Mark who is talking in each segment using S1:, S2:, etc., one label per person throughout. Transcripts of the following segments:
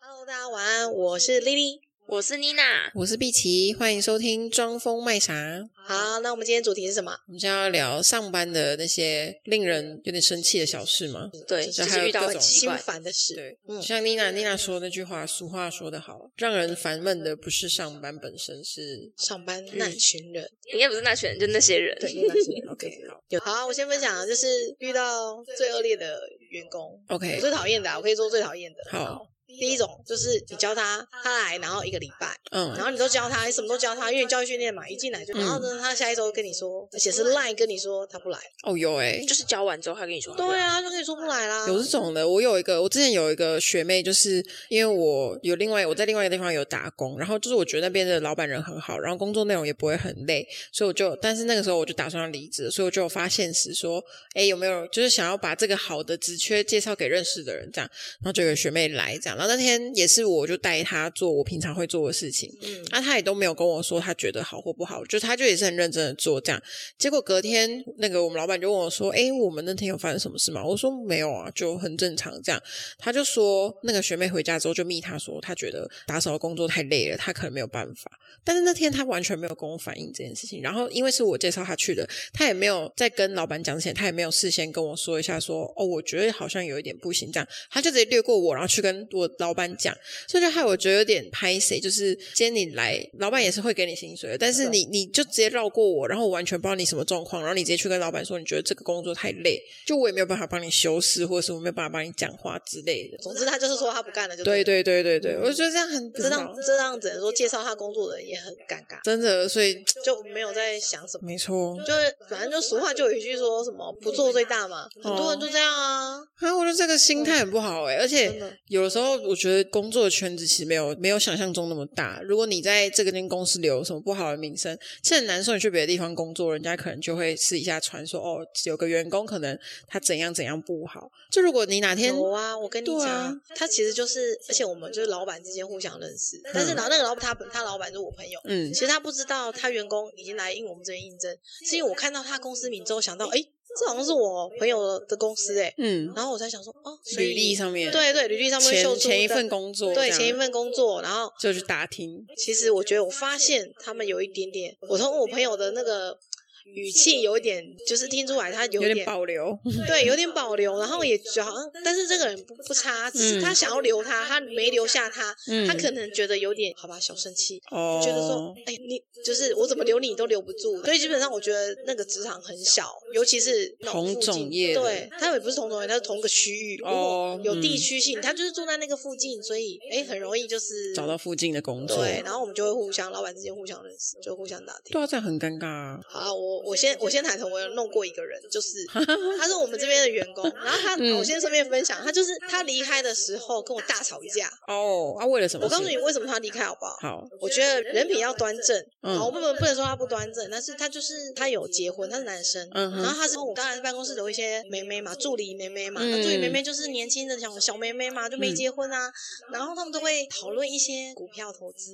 S1: Hello，大家晚安，我是丽丽。
S2: 我是妮娜，
S3: 我是碧琪，欢迎收听《装疯卖傻》。
S1: 好，那我们今天主题是什么？
S3: 我们今天要聊上班的那些令人有点生气的小事嘛。
S2: 对，
S3: 就
S2: 就
S3: 还有
S2: 是遇到
S3: 各
S2: 很
S3: 种
S2: 奇
S1: 心
S2: 怪，
S1: 烦的事。
S3: 对，
S1: 嗯
S3: 像妮娜妮娜说那句话，俗话说得好，让人烦闷的不是上班本身，是
S1: 上班
S3: 嗯
S1: 那群人，
S2: 应该不是那群人，就那些人。
S1: 对，
S3: 那群人 OK，好
S1: 有好啊，我先分享啊，就是遇到最恶劣的员工，我
S3: OK
S1: 最讨厌的啊、我可以说最讨厌的。
S3: 好，
S1: 第一种就是你教他，他来，然后一个礼拜，然
S3: 嗯
S1: 后你都教他，你什么都教他，因为你教育训练嘛，一进来就，
S3: 嗯
S1: 然后呢，他下一周跟你说，而且是赖跟你说他不来，
S3: 哦有哎、
S2: 就是教完之后，他跟你说，
S1: 对，啊，就跟你说不来啦。
S3: 有这种的，我有一个，我之前有一个学妹，就是因为我有另外我在另外一个地方有打工，然后就是我觉得那边的老板人很好，然后工作内容也不会很累，所以我就，但是那个时候我就打算要离职，所以我就有发现时说，哎，有没有就是想要把这个好的职缺介绍给认识的人这样，然后就有个学妹来这样，然后那天也是我就带她做我平常会做的事情，
S1: 嗯，
S3: 那、他也都没有跟我说他觉得好或不好，就他就也是很认真的做这样。结果隔天那个我们老板就问我说：“诶，我们那天有发生什么事吗？”我说：“没有啊，就很正常这样。”他就说那个学妹回家之后就密他说，他觉得打扫的工作太累了，他可能没有办法。但是那天他完全没有跟我反映这件事情，然后因为是我介绍他去的，他也没有在跟老板讲之前，他也没有事先跟我说一下说哦，我觉得好像有一点不行这样，他就直接略过我，然后去跟我老板讲，所以就害我觉得有点拍谁，就是今天你来，老板也是会给你薪水的，但是你你就直接绕过我，然后我完全不知道你什么状况，然后你直接去跟老板说你觉得这个工作太累，就我也没有办法帮你修饰，或者是我没有办法帮你讲话之类的。
S1: 总之他就是说他不干了，就
S3: 对
S1: 对了。
S3: 对对对对，我就觉得这样很
S1: 这让这让只能说介绍他工作的人也很尴尬，
S3: 真的，所以
S1: 就没有在想什么。
S3: 没错
S1: 就是反正就俗话就有一句说什么不做最大嘛，很多人就这样啊。
S3: 啊，我觉得这个心态很不好哎、而且
S1: 真的
S3: 有的时候我觉得工作的圈子其实没有没有想象中那么大。如果你在这个间公司留有什么不好的名声，是很难受。你去别的地方工作，人家可能就会私底下传说哦，有个员工可能他怎样怎样不好。就如果你哪天
S1: 有啊，我跟你
S3: 对
S1: 讲，
S3: 啊
S1: 他其实就是，而且我们就是老板之间互相认识，但是
S3: 嗯
S1: 老那个老板他本他老板就是我朋友。
S3: 嗯
S1: 其实他不知道，他员工已经来应我们这边应征，是因为我看到他公司名之后想到，诶，这好像是我朋友的公司诶，
S3: 嗯，
S1: 然后我才想说，哦，所以
S3: 履历上面
S1: 对对，履历上面秀
S3: 前
S1: 出
S3: 前一
S1: 的
S3: 份工作
S1: 对
S3: 这样
S1: 前一份工作，然后
S3: 就去打听，
S1: 其实我觉得我发现他们有一点点，我从我朋友的那个语气有一点，就是听出来他有
S3: 有
S1: 点
S3: 点保留。
S1: 对，有点保留，然后也觉得好像，但是这个人不不差，只是
S3: 嗯
S1: 他想要留他，他没留下他，
S3: 嗯，
S1: 他可能觉得有点好吧，小生气。
S3: 哦，
S1: 觉得说，哎、你就是我怎么留你都留不住，所以基本上我觉得那个职场很小，尤其是那种
S3: 同
S1: 附近
S3: 种业的
S1: 对，他也不是同种业，他是同个区域，如果
S3: 哦
S1: 有地
S3: 嗯
S1: 区性，他就是住在那个附近，所以哎、很容易就是
S3: 找到附近的工作，
S1: 对，然后我们就会互相，老板之间互相认识，就互相打听。
S3: 对啊，这样很尴尬啊。
S1: 好啊，我我先我先坦诚，我有弄过一个人，就是 他是我们这边的员工，然后他、
S3: 嗯
S1: 我先顺便分享，他就是他离开的时候跟我大吵一架。
S3: 哦，啊，为了什么
S1: 我
S3: 事？
S1: 告诉你为什么他离开好不好？
S3: 好，
S1: 我觉得人品要端正，
S3: 嗯
S1: 好，我不能不能说他不端正，但是他就是他有结婚，他是男生，
S3: 嗯哼
S1: 然后他是我当然办公室有一些妹妹嘛，助理妹妹嘛，
S3: 嗯
S1: 那助理妹妹就是年轻的小小妹妹嘛，就没
S3: 嗯
S1: 结婚啊，然后他们都会讨论一些股票投资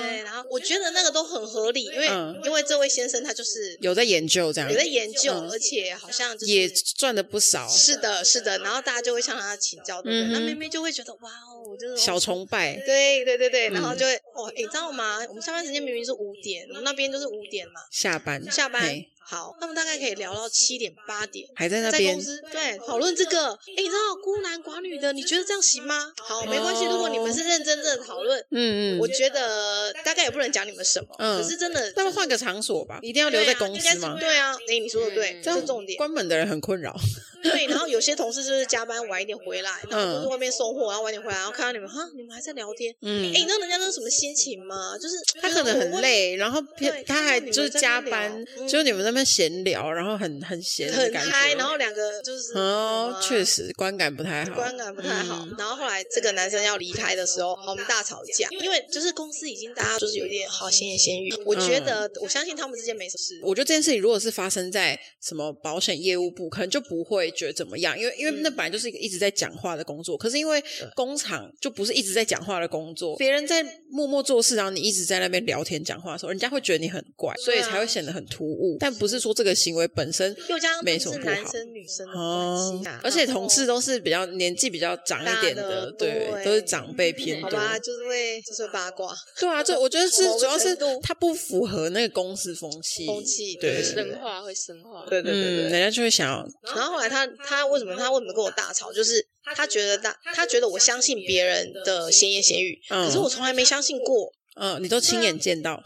S1: 对对对，然后我觉得那个都很合理，因为、
S3: 嗯
S1: 因为这位先生他就是
S3: 有在研究这样，
S1: 有在研究，
S3: 嗯
S1: 而且好像就是
S3: 也赚了不少，
S1: 是的，是的，然后大家就会向他请教，对不对？
S3: 嗯
S1: 那
S3: 哼
S1: 妹妹就会觉得哇哦，我就是
S3: 小崇拜。
S1: 对对对对，然后
S3: 嗯
S1: 就会、哦，诶你知道吗？我们下班时间明明是五点，我们那边就是五点嘛，
S3: 下班，
S1: 下班
S3: 嘿
S1: 好，他们大概可以聊到七点八点。
S3: 还在那
S1: 在
S3: 边
S1: 公，司对讨论这个，诶你知道孤男寡女的，你觉得这样行吗？好，没关系，如果你们是认真正的讨论，
S3: 嗯嗯，
S1: 我觉得大概也不能讲你们什么，
S3: 嗯
S1: 可是真的
S3: 那么换个场所吧，一定要
S1: 对
S3: 留
S1: 啊
S3: 在公
S1: 应该是
S3: 司吗？
S1: 对啊，诶你说的对，
S2: 嗯
S3: 这
S1: 这
S3: 样
S1: 是重点。
S3: 关门的人很困扰，
S1: 对，然后有些同事就是加班晚一点回来，然后就是
S3: 嗯
S1: 外面送货，然后晚点回来，然后看到你们哈，你们还在聊天，
S3: 嗯
S1: 哎、，你知道人家那是什么心情吗？就是
S3: 他可能很，累，然后
S1: 对
S3: 他还就是加班
S1: 就是你们在那边聊嗯，
S3: 就是你们在那边闲聊，然后很很闲
S1: 我
S3: 的
S1: 很
S3: 感
S1: 嗨，
S3: 觉，
S1: 然后两个就是
S3: 哦，确。实观感不太
S1: 嗯
S3: 好，
S1: 观感不太好，
S3: 嗯
S1: 然后后来这个男生要离开的时候，好我们大吵架，因为就是公司已经大家就是有点好闲言闲语，我
S3: 嗯
S1: 觉得、我相信他们之间没什么事，
S3: 我觉得这件事情如果是发生在什么保险业务部，可能就不会，觉得怎么样，因为因为那
S1: 嗯
S3: 本来就是一个一直在讲话的工作，可是因为工厂就不是一直在讲话的工作，别人在默默做事，然后你一直在那边聊天讲话的时候，人家会觉得你很怪，所以才
S1: 啊
S3: 会显得很突兀。但不是说这个行为本身
S1: 又加上
S3: 没
S1: 不
S3: 什么
S1: 是
S3: 不
S1: 男
S3: 好。
S1: 生女生的
S3: 哦
S1: 关系啊，
S3: 而且同事都是比较年纪比较长一点
S1: 大的
S3: 对，
S1: 对
S3: 都是长辈偏
S1: 好
S3: 多。
S1: 吧，就是会就是会八卦
S3: 对啊，这我觉得是
S1: 某个
S3: 主要是
S1: 程度
S3: 它不符合那个公司风气。
S1: 风气，
S3: 对
S1: 对
S2: 生化会生化。
S1: 对对对
S3: 嗯，人
S1: 对。
S3: 家就会想要
S1: 然后后来他他为什么他为什么跟我大吵？就是他觉得大他觉得我相信别人的闲言闲语，
S3: 嗯
S1: 可是我从来没相信过。
S3: 嗯，你都亲眼见 到。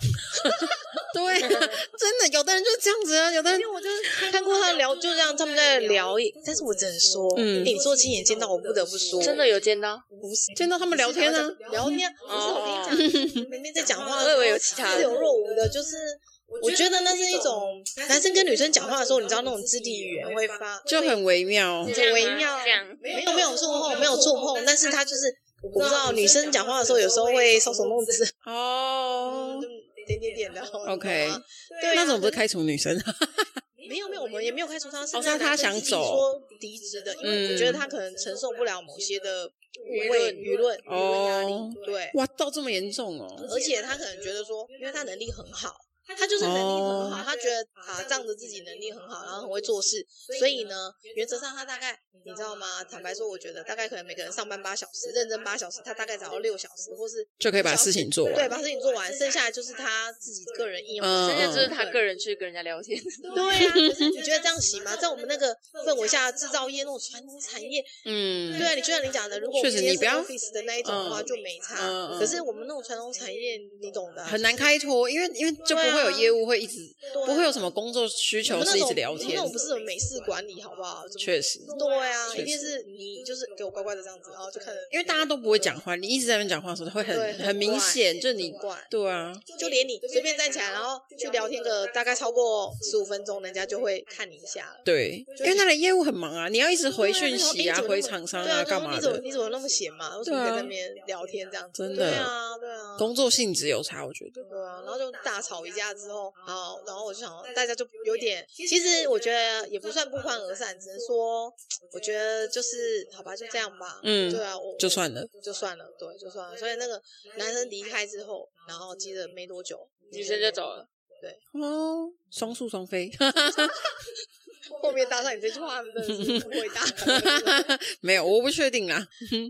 S3: 对啊， 真的，有的人就是这样子啊，有的人
S1: 我就是看过他聊，就这样他们在聊，但是我只能说，
S3: 嗯
S1: 哎你做亲眼见到，我不得不说，
S2: 真的有见到？
S1: 不是
S3: 见到他们聊天呢、哦
S1: 聊天，不是我跟你讲，明明在讲话，
S2: 我 以为有其他的
S1: 若有若无的，就是我觉得那是一种男生跟女生讲话的时候，你知道那种肢体语言会发，
S3: 就很微妙。
S1: 很微妙
S2: 这样吗
S1: 没有没有触碰，没有触碰，但是他就是我不知道女生讲话的时候，有时候会搔首弄姿，
S3: 哦
S1: 嗯就点点点的。你懂吗
S3: OK
S1: 对啊
S3: 那种不是开除女生啊？
S1: 没有没有，我们也没有开除他，是
S3: 哦是他
S1: 男生
S3: 想
S1: 自己
S3: 走
S1: 说离职的，因为我
S3: 嗯
S1: 觉得他可能承受不了某些的
S2: 舆
S1: 舆
S2: 论
S1: 论舆论
S3: 哦
S1: 舆论压力对。
S3: 哇，到这么严重哦！
S1: 而且他可能觉得说，因为他能力很好，他就是能力很好，
S3: 哦
S1: 他觉得啊，仗着自己能力很好，然后很会做事，所以呢，原则上他大概你知道吗？坦白说，我觉得大概可能每个人上班八小时，认真八小时，他大概只要六小时，或是
S3: 就可以把事情做完。
S1: 对把事情做完，剩下的就是他自己个人应用。
S3: 嗯
S2: 现在就是他个
S1: 人。
S2: 人去跟人家聊天，
S1: 对 啊，可 是你觉得这样行吗？在我们那个氛围下，制造业那种传统产业，
S3: 嗯，
S1: 对啊，你就像你讲的，如果
S3: 确实你不要
S1: f i c 的那一种的话，
S3: 嗯
S1: 就没差。
S3: 嗯嗯
S1: 可是我们那种传统产业，你懂的啊，
S3: 很难开脱，因为因为就不
S1: 对啊
S3: 会有业务会一直，
S1: 对啊
S3: 不会有什么工作需
S1: 我
S3: 求
S1: 们那
S3: 是一
S1: 种
S3: 直聊
S1: 我们那
S3: 天。
S1: 种不是什么美式管理，好不好？怎么
S3: 确实，
S1: 对啊，
S3: 确
S1: 一定是你就是给我乖乖的这样子，然后就看着，
S3: 因为大家都不会讲话，你一直在那边讲话的时候会
S1: 对
S3: 很
S1: 很
S3: 很明
S1: 怪
S3: 显，就是你
S1: 很怪
S3: 对啊，
S1: 就连你随便站起来，然后去聊天个大概超过十五分钟，人家就会看你一下了。
S3: 对，因为他的业务很忙啊，你要一直回讯息
S1: 对啊
S3: 啊，
S1: 然后
S3: 回厂商
S1: 对啊，
S3: 啊，干
S1: 他说
S3: 嘛
S1: 你怎么
S3: 的？
S1: 你怎么那么闲嘛？为什
S3: 对
S1: 么
S3: 啊
S1: 在那边聊天这样子？
S3: 真的
S1: 对啊，对啊。
S3: 工作性质有差，我觉得。
S1: 对啊，然后就大吵一架之后，好，然后我就想，大家就有点，其实我觉得也不算不欢而散，只能说，我觉得就是好吧，就这样吧。
S3: 嗯
S1: 对啊，我
S3: 就算了，
S1: 就算了，对，就算了。所以那个男生离开之后，然后接着没多久，
S2: 女生就走了。
S3: 哦，双宿双飞，
S1: 后面搭上你这句话，真的是不 会搭。
S3: 没有，我不确定啦。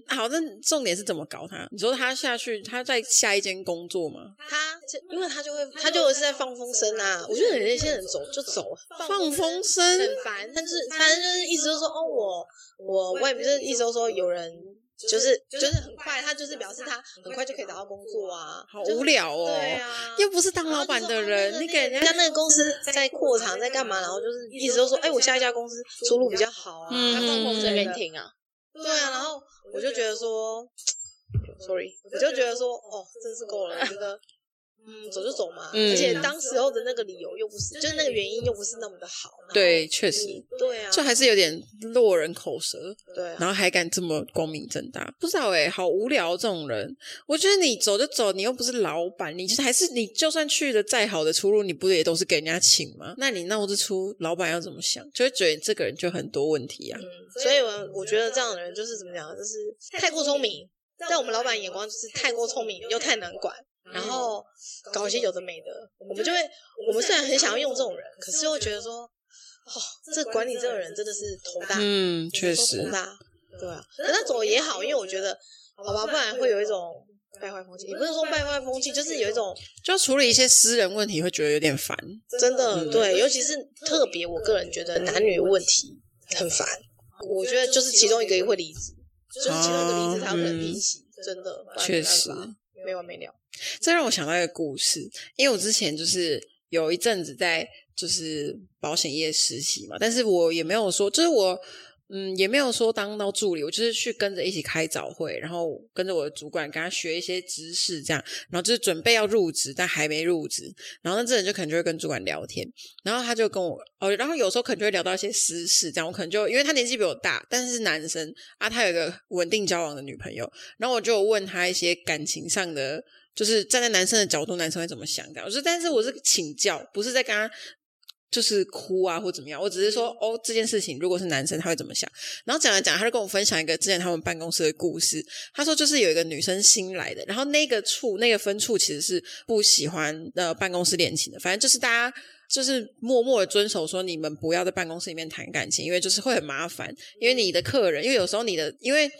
S3: 啊好，那重点是怎么搞他？你说他下去，他在下一间工作吗？
S1: 他就因为他就会，他就是在放风声啊。我觉得有一些人走就走，啊
S3: 放风
S1: 很
S3: 声，
S1: 烦，但是反正就是一直都说哦，我我外面就是一直都说有人就是就是很快，他就是表示他很快就可以找到工作啊，
S3: 好
S1: 就
S3: 无聊哦。
S1: 对啊，
S3: 又不是当
S1: 然后
S3: 老
S1: 就
S3: 板
S1: 说
S3: 的
S1: 哦
S3: 人，你给人
S1: 那
S3: 家
S1: 个那个公司在扩厂在干嘛，然后就是一直都说哎，我下一家公司出路比较好啊，
S3: 嗯
S2: 他放风筝给你
S1: 对
S2: 听啊，
S1: 啊，然后我就觉得说，sorry，我就觉得说哦，真是够了，我觉得。嗯，走就走嘛，
S3: 嗯
S1: 而且当时候的那个理由又不是，就是那个原因又不是那么的好。然后
S3: 对，嗯确实，
S1: 对啊，
S3: 这还是有点落人口舌。
S1: 对啊，
S3: 然后还敢这么光明正大，不知道哎、好无聊这种人。我觉得你走就走，你又不是老板，你就还是你就算去的再好的出路，你不也都是给人家请吗？那你闹得出老板要怎么想，就会觉得你这个人就很多问题啊。
S1: 所以我我觉得这样的人就是怎么讲，就是太过聪明，在我们老板眼光就是太过聪明又太难管，然后搞一些有的没的，嗯我们就会，我们虽然很想要用这种人，可是又觉得说，哦，这管理这个人真的是头大，
S3: 嗯，确
S1: 说
S3: 实
S1: 头，大，对啊，可是他走也好，因为我觉得，好吧，不然会有一种败坏风气，也不是说败坏风气，就是有一种
S3: 就处理一些私人问题会觉得有点烦。
S1: 真的
S3: 嗯
S1: 对，尤其是特别，我个人觉得男女问题很烦。嗯我觉得就是其中一个会离职，就是其中一个离职，他有可能离席，真的不然没办法
S3: 嗯确实
S1: 没完没了。
S3: 这让我想到一个故事，因为我之前就是有一阵子在就是保险业实习嘛，但是我也没有说，就是我嗯也没有说当到助理，我就是去跟着一起开早会，然后跟着我的主管跟他学一些知识，这样，然后就是准备要入职，但还没入职，然后那这人就可能就会跟主管聊天，然后他就跟我哦，然后有时候可能就会聊到一些私事，这样我可能就因为他年纪比我大，但是男生啊，他有一个稳定交往的女朋友，然后我就有问他一些感情上的，就是站在男生的角度，男生会怎么想的。我说，但是我是请教，不是在跟他就是哭啊或怎么样，我只是说哦这件事情如果是男生他会怎么想，然后讲来讲他就跟我分享一个之前他们办公室的故事，他说就是有一个女生新来的，然后那个处那个分处其实是不喜欢呃办公室恋情的，反正就是大家。就是默默的遵守说，你们不要在办公室里面谈感情，因为就是会很麻烦。因为你的客人，因为有时候你的，因为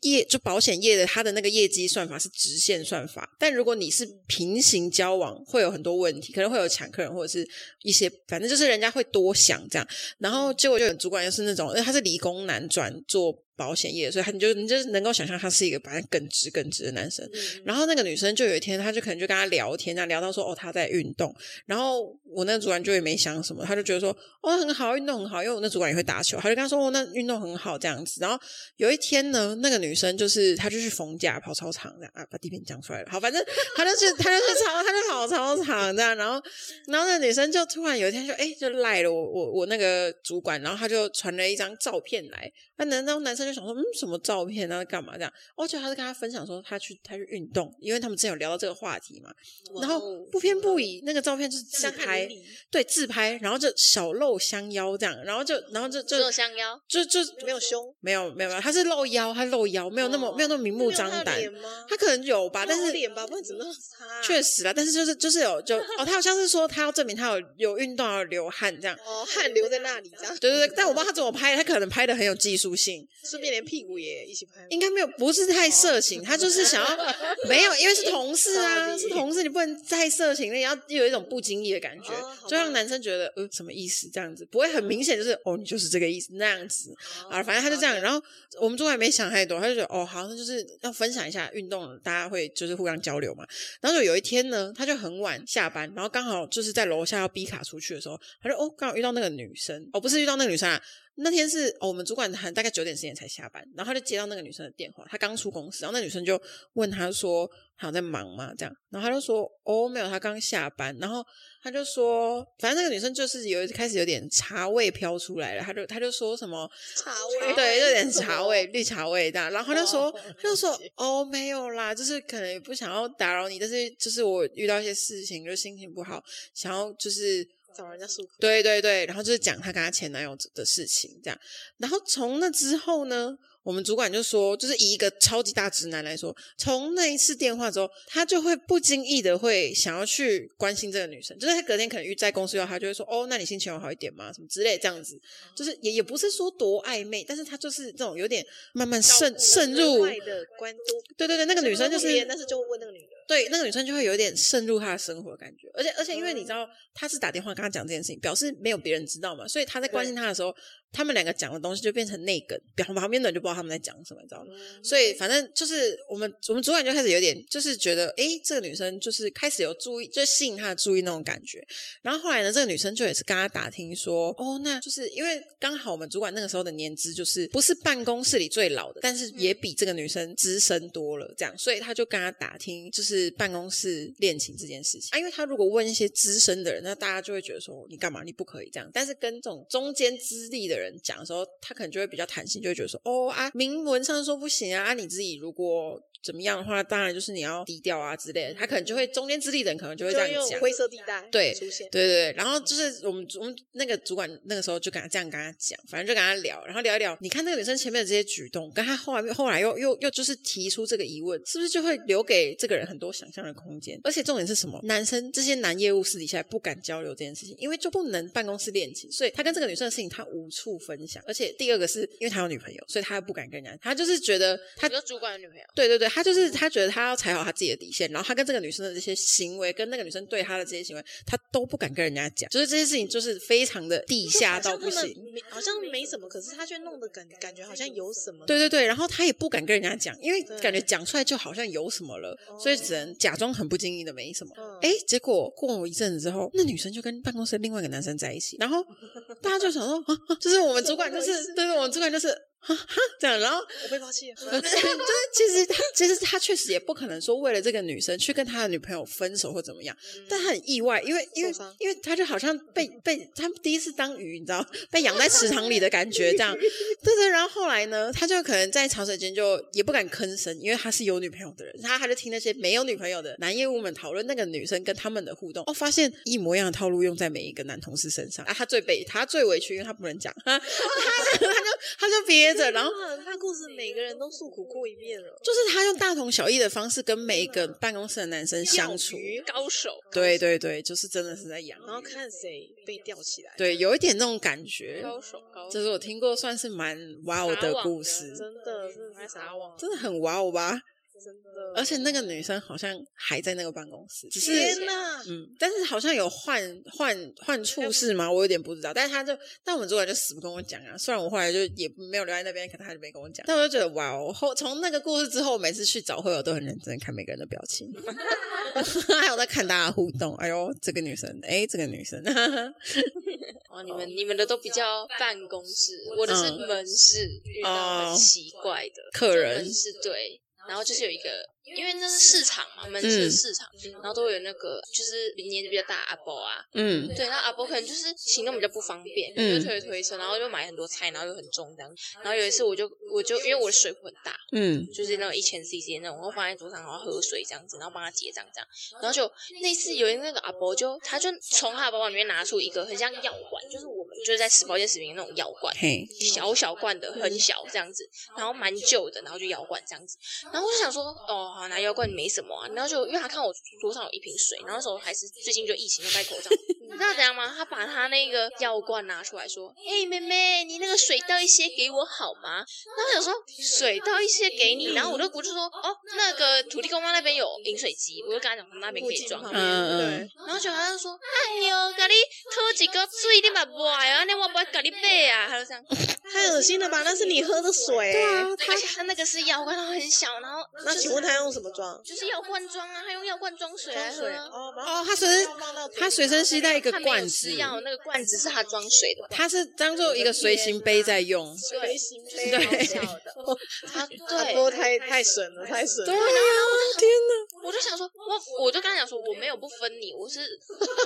S3: 业就保险业的，它的那个业绩算法是直线算法，但如果你是平行交往，会有很多问题，可能会有抢客人或者是一些，反正就是人家会多想这样。然后结果就有主管又是那种，因为他是理工男转做保险业，所以他你就你就是能够想象他是一个反正耿直耿直的男生。然后那个女生就有一天，她就可能就跟他聊天啊，聊到说哦她在运动，然后我那个主管就也没想什么，他就觉得说哦很好，运动很好，因为我那主管也会打球，他就跟他说哦那运动很好这样子。然后有一天呢，那个女生就是她就去逢甲跑操场这样啊，把地名讲出来了，好，反正她就去她就去操她就跑操场这样，然后然后那女生就突然有一天就哎、就赖了我我我那个主管，然后她就传了一张照片来，那男然后男生就想说嗯什么照片啊干嘛这样，哦就他是跟他分享说他去他去运动，因为他们之前有聊到这个话题嘛，然后不偏不倚那个照片就是自拍，对自拍，然后就小露香腰这样，然后就然后就就
S2: 只有香腰，
S3: 就就
S1: 没有胸，
S3: 没有没有没有，他是露腰，他露腰没有那么、
S2: 哦
S3: 没有那么明目张胆，
S1: 吗？
S3: 他可能有吧，但
S1: 没有
S3: 是
S1: 脸吧，不然怎么那么差啊？
S3: 确实啦，但是就是就是有就哦，他好像是说他要证明他有有运动有流汗这样，
S1: 哦，汗留在那里，这 样
S3: 对对对，但我不知道他怎么拍，他可能拍的很有技术性，
S1: 顺便连屁股也一起拍吗。
S3: 应该没有不是
S1: 哦
S3: 太色情，他就是想 要没有，因为是同事啊，
S1: Sorry
S3: 是同事，你不能太色情，你要有一种不经意的感觉
S1: 哦好，吧
S3: 就让男生觉得呃什么意思这样子，不会很明显就是哦你就是这个意思那样子，
S1: 哦
S3: 啊，反正他就这样。然后我们主管也没想太多，他就觉得哦，好，那就是要分享一下运动，大家会就是互相交流嘛。然后就有一天呢，他就很晚下班，然后刚好就是在楼下要逼卡出去的时候，他就哦，刚好遇到那个女生，哦，不是遇到那个女生啊。那天是、哦、我们主管很大概九点十点才下班，然后他就接到那个女生的电话，他刚出公司，然后那女生就问他说他有在忙吗？这样，然后他就说哦没有，他刚下班，然后他就说，反正那个女生就是有开始有点茶味飘出来了，他就他就说什么
S1: 茶味，
S3: 对，有点
S1: 什么
S3: 茶味，绿茶味这样。然后他就说，
S1: 哦
S3: 他就说
S1: 了解，
S3: 哦，没有啦，就是可能也不想要打扰你，但是就是我遇到一些事情，就心情不好，想要就是
S1: 找人家诉苦。
S3: 对对对，然后就是讲她跟她前男友的事情这样。然后从那之后呢，我们主管就说，就是以一个超级大直男来说，从那一次电话之后，他就会不经意的会想要去关心这个女生，就是他隔天可能遇在公司后，他就会说，哦，那你心情有好一点吗？什么之类这样子，
S1: 哦
S3: 就是也也不是说多暧昧，但是他就是这种有点慢慢渗渗入。
S1: 外的关都，
S3: 对对对，那个女生就是
S1: 别人但是就问那个女的，
S3: 对，那个女生就会有点渗入他的生活的感觉，而且而且因为你知道他是打电话跟他讲这件事情，表示没有别人知道嘛，所以他在关心他的时候，他们两个讲的东西就变成内梗，表旁边的人就不知道他们在讲什么，你知道吗？所以反正就是我们我们主管就开始有点就是觉得，诶，这个女生就是开始有注意，就吸引他的注意那种感觉。然后后来呢，这个女生就也是跟他打听说，哦，那就是因为刚好我们主管那个时候的年资就是不是办公室里最老的，但是也比这个女生资深多了，这样，所以他就跟他打听就是办公室恋情这件事情啊，因为他如果问一些资深的人，那大家就会觉得说你干嘛，你不可以这样。但是跟这种中间资历的人讲的时候，他可能就会比较弹性，就会觉得说，哦啊，明文上说不行啊，啊你自己如果。怎么样的话，当然就是你要低调啊之类的。他可能就会中间资历的人可能就会这
S1: 就
S3: 样
S1: 用
S3: 讲，
S1: 灰色地带
S3: 对
S1: 出现。
S3: 对对，对然后就是我们我们那个主管那个时候就跟他这样跟他讲，反正就跟他聊，然后聊一聊。你看那个女生前面的这些举动，跟她后来后来又又又就是提出这个疑问，是不是就会留给这个人很多想象的空间？而且重点是什么？男生这些男业务私底下不敢交流这件事情，因为就不能办公室恋情，所以他跟这个女生的事情他无处分享。而且第二个是因为他有女朋友，所以他不敢跟人家，他就是觉得他
S2: 他就主管的女朋友，
S3: 对对对，他
S1: 嗯
S3: 就是他觉得他要踩好他自己的底线，然后他跟这个女生的这些行为，跟那个女生对他的这些行为，他都不敢跟人家讲，就是这些事情就是非常的地下到不
S1: 好像他
S3: 行。
S1: 们没，好像没什么，可是他却弄得感感觉好像有什么。
S3: 对对对，然后他也不敢跟人家讲，因为
S1: 对哦
S3: 感觉讲出来就好像有什么了，所以只能假装很不经意的没什么。
S1: 嗯，
S3: 哎，结果过一阵子之后，那女生就跟办公室另外一个男生在一起，然后大家就想说，啊啊就是我们主管就
S1: 怎么
S3: 是，对对，我们主管就是哈哈这样，然后
S1: 我被抛弃 了。
S3: 呃就是其实他其实他确实也不可能说为了这个女生去跟他的女朋友分手或怎么样，但他很意外，因为因为
S1: 嗯受伤
S3: 因为他就好像被被他们第一次当鱼，你知道，被养在池塘里的感觉 这样。对对，然后后来呢，他就可能在潮水间就也不敢吭声，因为他是有女朋友的人，他他就听那些没有女朋友的男业务们讨论那个女生跟他们的互动，哦，发现一模一样的套路用在每一个男同事身上啊，他最被他最委屈，因为他不能讲， 他他就他就憋着，然后。
S1: 啊他故事每个人都诉苦过一遍了。
S3: 就是他用大同小异的方式跟每一个办公室的男生相处
S1: 钓。鱼
S2: 高手，
S3: 对对对，就是真的是在养。
S1: 然后看谁被吊起来。
S3: 对，有一点那种感觉，
S2: 高手，高手，
S3: 这是我听过算是蛮哇哦的故事，
S1: 真的真的是撒网，
S3: 真的很哇哦吧？
S1: 真的。
S3: 而且那个女生好像还在那个办公室，只是
S1: 天哪，
S3: 嗯，但是好像有换换换处事吗？我有点不知道。但是他就，但我们主管就死不跟我讲啊。虽然我后来就也没有留在那边，可他就没跟我讲。但我就觉得哇哦，后从那个故事之后，我每次去找会友都很认真看每个人的表情，还有在看大家互动。哎呦，这个女生，哎，这个女生，
S2: 哦，你们你们的都比较办公室，我的是
S3: 嗯
S2: 门市，遇到
S3: 哦
S2: 很奇怪的
S3: 客人
S2: 门市对，然后就是有一个。因为那是市场嘛，门市
S3: 嗯
S2: 市场，然后都会有那个就是年纪比较大的阿伯啊，
S3: 嗯
S2: 对，那阿伯可能就是行动比较不方便，
S3: 嗯
S2: 就推推车，然后就买很多菜，然后又很重这样。然后有一次我就我就因为我的水壶很大，
S3: 嗯
S2: 就是那种一千 CC 那种，我会放在桌上，然后喝水这样子，然后帮他结账这样。然后就那次有一个那个阿伯就，他就从他的包包里面拿出一个很像药罐，就是我们就是在吃保健食品的那种药罐，
S3: 嘿，
S2: 小小罐的，很小这样子，然后蛮旧的，然后就摇罐这样子，然后我就想说，哦，好拿摇罐没什么啊，然后就因为他看我桌上有一瓶水，然后那时候还是最近就疫情就戴口罩， 你知道怎样吗？他把他那个药罐拿出来说，哎、妹妹，你那个水倒一些给我好吗？
S1: 嗯
S2: 然后我想说水倒一些给你，然后我就我就说，哦，那个土地公妈那边有饮水机，我就跟他讲，我们那边可以装。
S1: 附近旁边
S3: 嗯嗯
S2: 然后就他就说：“哎呦，甲你讨一个水，你嘛不爱啊，那我不会甲你买啊。”他就这样。
S1: 太恶心了吧？那是你喝的水。
S3: 对啊，
S2: 而且他那个是药罐，然后很小，然后
S1: 那
S2: 就是
S1: 请问他用什么装？
S2: 就是药罐装啊，他用药罐装水来
S1: 装
S2: 喝
S1: 水
S2: 啊。
S1: 哦，然后
S3: 哦，他随身
S1: 放到嘴里
S3: 他随身携带一个
S2: 他没
S3: 罐
S2: 有
S3: 子
S2: 吃，药，那个罐子是他装水的。
S3: 他是当做一个随行杯在用。
S1: 随行杯
S3: 对
S1: 好小的，
S2: 他
S1: 阿
S2: 对，
S1: 波啊太太神了，太神
S3: 对
S1: 了。
S3: 啊，天哪！
S2: 我就想说，我我就跟他讲说，我没有不分你，我是，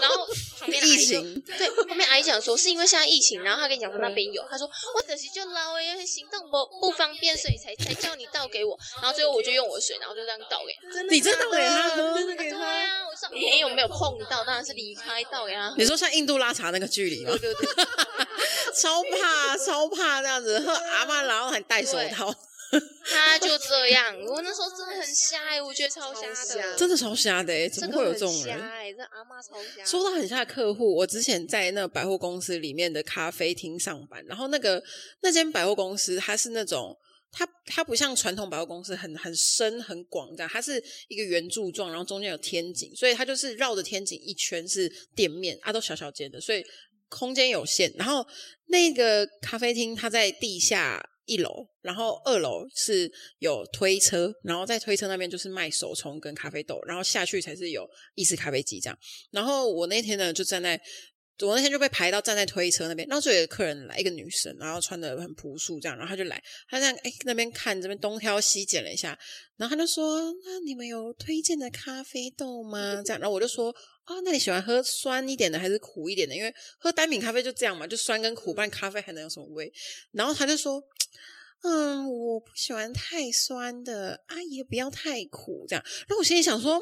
S2: 然后旁哎边的阿
S3: 疫
S2: 姨就
S3: 情，
S2: 对，旁边阿姨讲说是因为现在疫情，然后他跟你讲说那边有，他说我可惜就老哎，因为行动不不方便，所以才才叫你倒给我，然后最后我就用我的水，然后就这样倒给他。
S1: 真
S3: 你真的啊给他喝
S1: 真的给
S2: 对
S1: 他。
S2: 啊，我上没有没有碰到，当然是离开倒给他喝。
S3: 你说像印度拉茶那个距离吗
S2: 对？对对。
S3: 超怕超怕这样子，喝阿妈然后还戴手套，
S2: 他就这样，我那时候真的很瞎哎、我觉得超瞎
S1: 超瞎
S2: 的，
S3: 真的超瞎的哎，怎
S2: 这
S3: 么
S2: 个
S3: 会有
S2: 很
S3: 这种
S2: 瞎
S3: 人？
S2: 哎、这阿妈超瞎。
S3: 说到很像客户，我之前在那百货公司里面的咖啡厅上班，然后那个那间百货公司它是那种。它它不像传统百货公司很很深很广这样，它是一个圆柱状，然后中间有天井，所以它就是绕着天井一圈是店面啊，都小小间的，所以空间有限。然后那个咖啡厅它在地下一楼，然后二楼是有推车，然后在推车那边就是卖手冲跟咖啡豆，然后下去才是有意式咖啡机这样。然后我那天呢就站在。我那天就被排到站在推车那边，然后就有一个客人来，一个女生，然后穿的很朴素这样，然后她就来，她这样哎那边看这边东挑西拣了一下，然后她就说：“那你们有推荐的咖啡豆吗？”这样，然后我就说：“啊，那你喜欢喝酸一点的还是苦一点的？因为喝单品咖啡就这样嘛，就酸跟苦，不然咖啡还能有什么味？”然后她就说：“嗯，我不喜欢太酸的，啊也不要太苦这样。”然后我心里想说，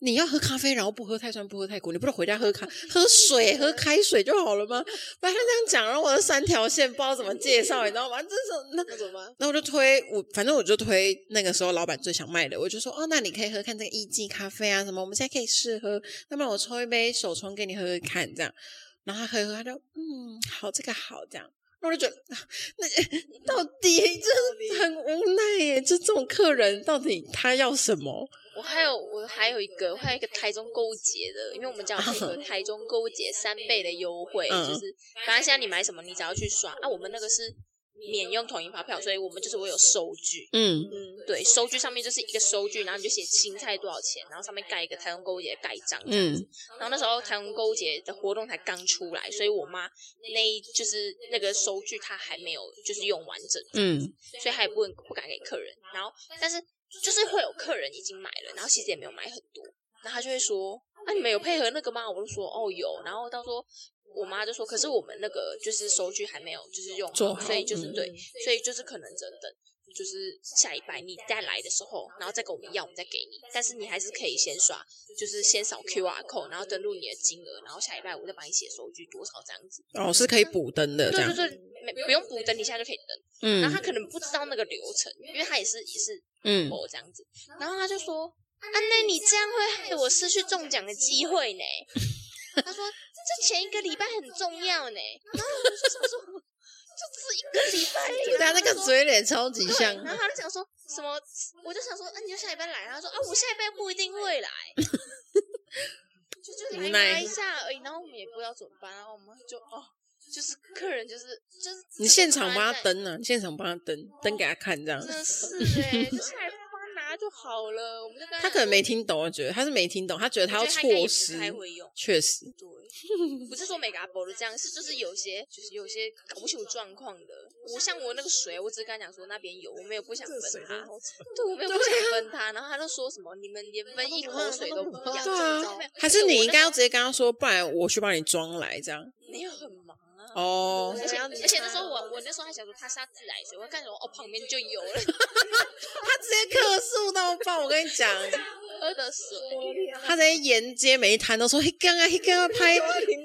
S3: 你要喝咖啡，然后不喝太酸，不喝太苦，你不能回家喝咖喝水，喝开水就好了吗？把他这样讲，然后我的三条线不知道怎么介绍，你知道吗？这是那
S1: 那怎么啊办？
S3: 那我就推我，反正我就推那个时候老板最想卖的，我就说哦，那你可以喝看这个意记咖啡啊什么，我们现在可以试喝，那么我抽一杯手冲给你喝喝看这样。然后他喝一喝，他就嗯好，这个好这样。那我就觉得，啊那到底就是很无奈耶，就这种客人到底他要什么？
S2: 我还有我还有一个，我还有一个台中购物节的，因为我们家有那个台中购物节三倍的优惠，
S3: 嗯
S2: 就是反正现在你买什么，你只要去刷啊。我们那个是免用统一发票，所以我们就是会有收据。
S4: 嗯，
S1: 嗯，
S2: 对，收据上面就是一个收据，然后你就写青菜多少钱，然后上面盖一个台湾购物节的盖章。嗯，
S4: 嗯，
S2: 然后那时候台湾购物节的活动才刚出来，所以我妈那一就是那个收据她还没有就是用完整。
S4: 嗯，
S2: 所以她也不能不敢给客人。然后，但是就是会有客人已经买了，然后其实也没有买很多，然后她就会说：“啊，你们有配合那个吗？”我就说：“哦，有。”然后到时候我妈就说：“可是我们那个就是收据还没有就是用
S3: 做
S2: 好，
S3: 好
S2: 所以就是
S3: 嗯
S2: 对，所以就是可能只能等。”就是下礼拜你再来的时候，然后再跟我们要，我们再给你。但是你还是可以先刷，就是先扫 QR code，然后登录你的金额，然后下礼拜我再帮你写收据多少这样子。
S3: 哦，是可以补登的这
S2: 对
S3: 样
S2: 对。对，没不用补登，你现在就可以登。然
S4: 嗯，
S2: 后他可能不知道那个流程，因为他也是也是
S4: 嗯
S2: 我哦这样子，然后他就说：“啊，那你这样会害我失去中奖的机会呢。”他说：“这前一个礼拜很重要呢。”然后我就想说：“就只一个礼拜而已啊。”
S4: 他那个嘴脸超级像，
S2: 然后他就想说什么，我就想说：“啊，你就下礼拜来。”他说：“啊，我下礼拜不一定会来。”就就来
S3: 无
S2: 拿
S3: 奈
S2: 一下而已，然后我们也不知道怎么办，然后我们就哦，就是客人就是就是
S3: 你现场帮
S2: 等。
S3: 他登啊，你现场帮他登，登给他看这样。
S2: 啊真的 是哎、欸，就下来帮他拿就好了。我们就跟
S3: 他可能没听懂，我觉得他是没听懂，他觉得他要错失，
S2: 才会用。
S3: 确实，
S2: 对，不是说每个阿伯都这样，是就是有些就是有些搞不清楚状况的。我像我那个水，我只是跟他讲说那边有，我没有不想
S1: 这水真的
S2: 分他，
S1: 好丑，
S2: 对我没有不想分他，然后他就说什么你们连分一口水都不要，
S1: 对啊
S3: 还是你应该要直
S2: 接
S3: 接跟他说，不然我去帮你装来这样。
S2: 没有很忙啊。
S3: 哦，
S2: 而且而且那时候我我那时候还想说他是他自来水，我看什么哦旁边就有了
S3: 他直接客诉到爆，我跟你 讲，
S2: 喝的水，
S3: 他在沿街每一摊都说，嘿刚啊，嘿刚 啊拍，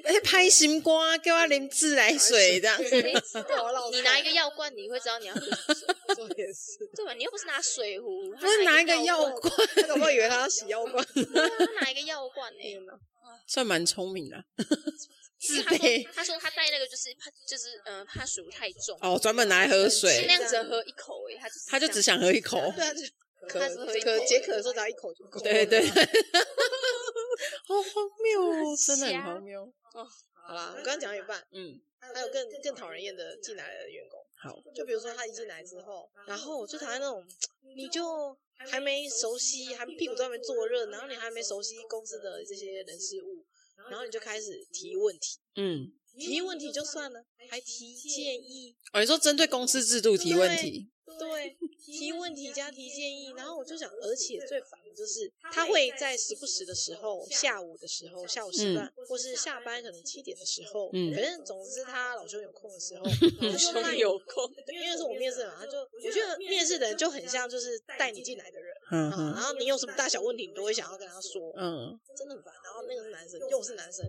S3: 嘿拍心瓜，给我淋自来水这样。
S2: 谁知道你拿一个药罐你会知道你要喝
S1: 说也是，
S2: 对吧？你又不是拿水壶，
S3: 不是拿一个
S2: 药
S3: 药
S2: 罐，
S3: 罐，
S1: 他搞不好以为他要洗腰罐，
S2: 对啊他拿一个药 罐哎、欸。
S3: 算蛮聪明的。自
S2: 因为
S3: 备
S2: 他说他说他带那个就是怕就是嗯、呃怕水壶太重，
S3: 哦，专门拿来喝
S2: 尽
S3: 水，
S2: 量只喝一口哎、欸，他只是
S3: 他就
S2: 这样
S3: 只想喝一口。
S1: 对啊，就
S2: 他
S1: 可
S2: 只喝一口
S1: 可解渴的时候只要一口就够了，
S3: 对对，对 好荒谬哦，真的很
S2: 瞎
S3: 荒谬。
S1: 好啦，我刚刚讲一半，
S3: 嗯，
S1: 还有更更讨人厌的进来的员工，
S3: 好，
S1: 就比如说他一进来之后，然后我最讨厌那种，你就还没熟悉，还屁股都还没坐热，然后你还没熟悉公司的这些人事物，然后你就开始提问题，
S3: 嗯，
S1: 提问题就算了，还提建议，
S3: 哦，你说针对公司制度提问题，
S1: 对，提问题加提建议，然后我就想，而且最烦的就是他会在时不时的时候，下午的时候，下午时段，或是下班可能七点的时候，
S3: 嗯
S1: 反正总之他老兄有空的时 候，
S2: 老
S1: 他就
S2: 兄
S1: 赖
S2: 有空，
S1: 因为那时候我面试嘛，他就我觉得面试的人就很像就是带你进来的人
S3: 嗯
S1: 啊，
S3: 哼
S1: 然后你有什么大小问题，你都会想要跟他说，
S3: 嗯，
S1: 真的很烦。然后那个是男生，又是男生，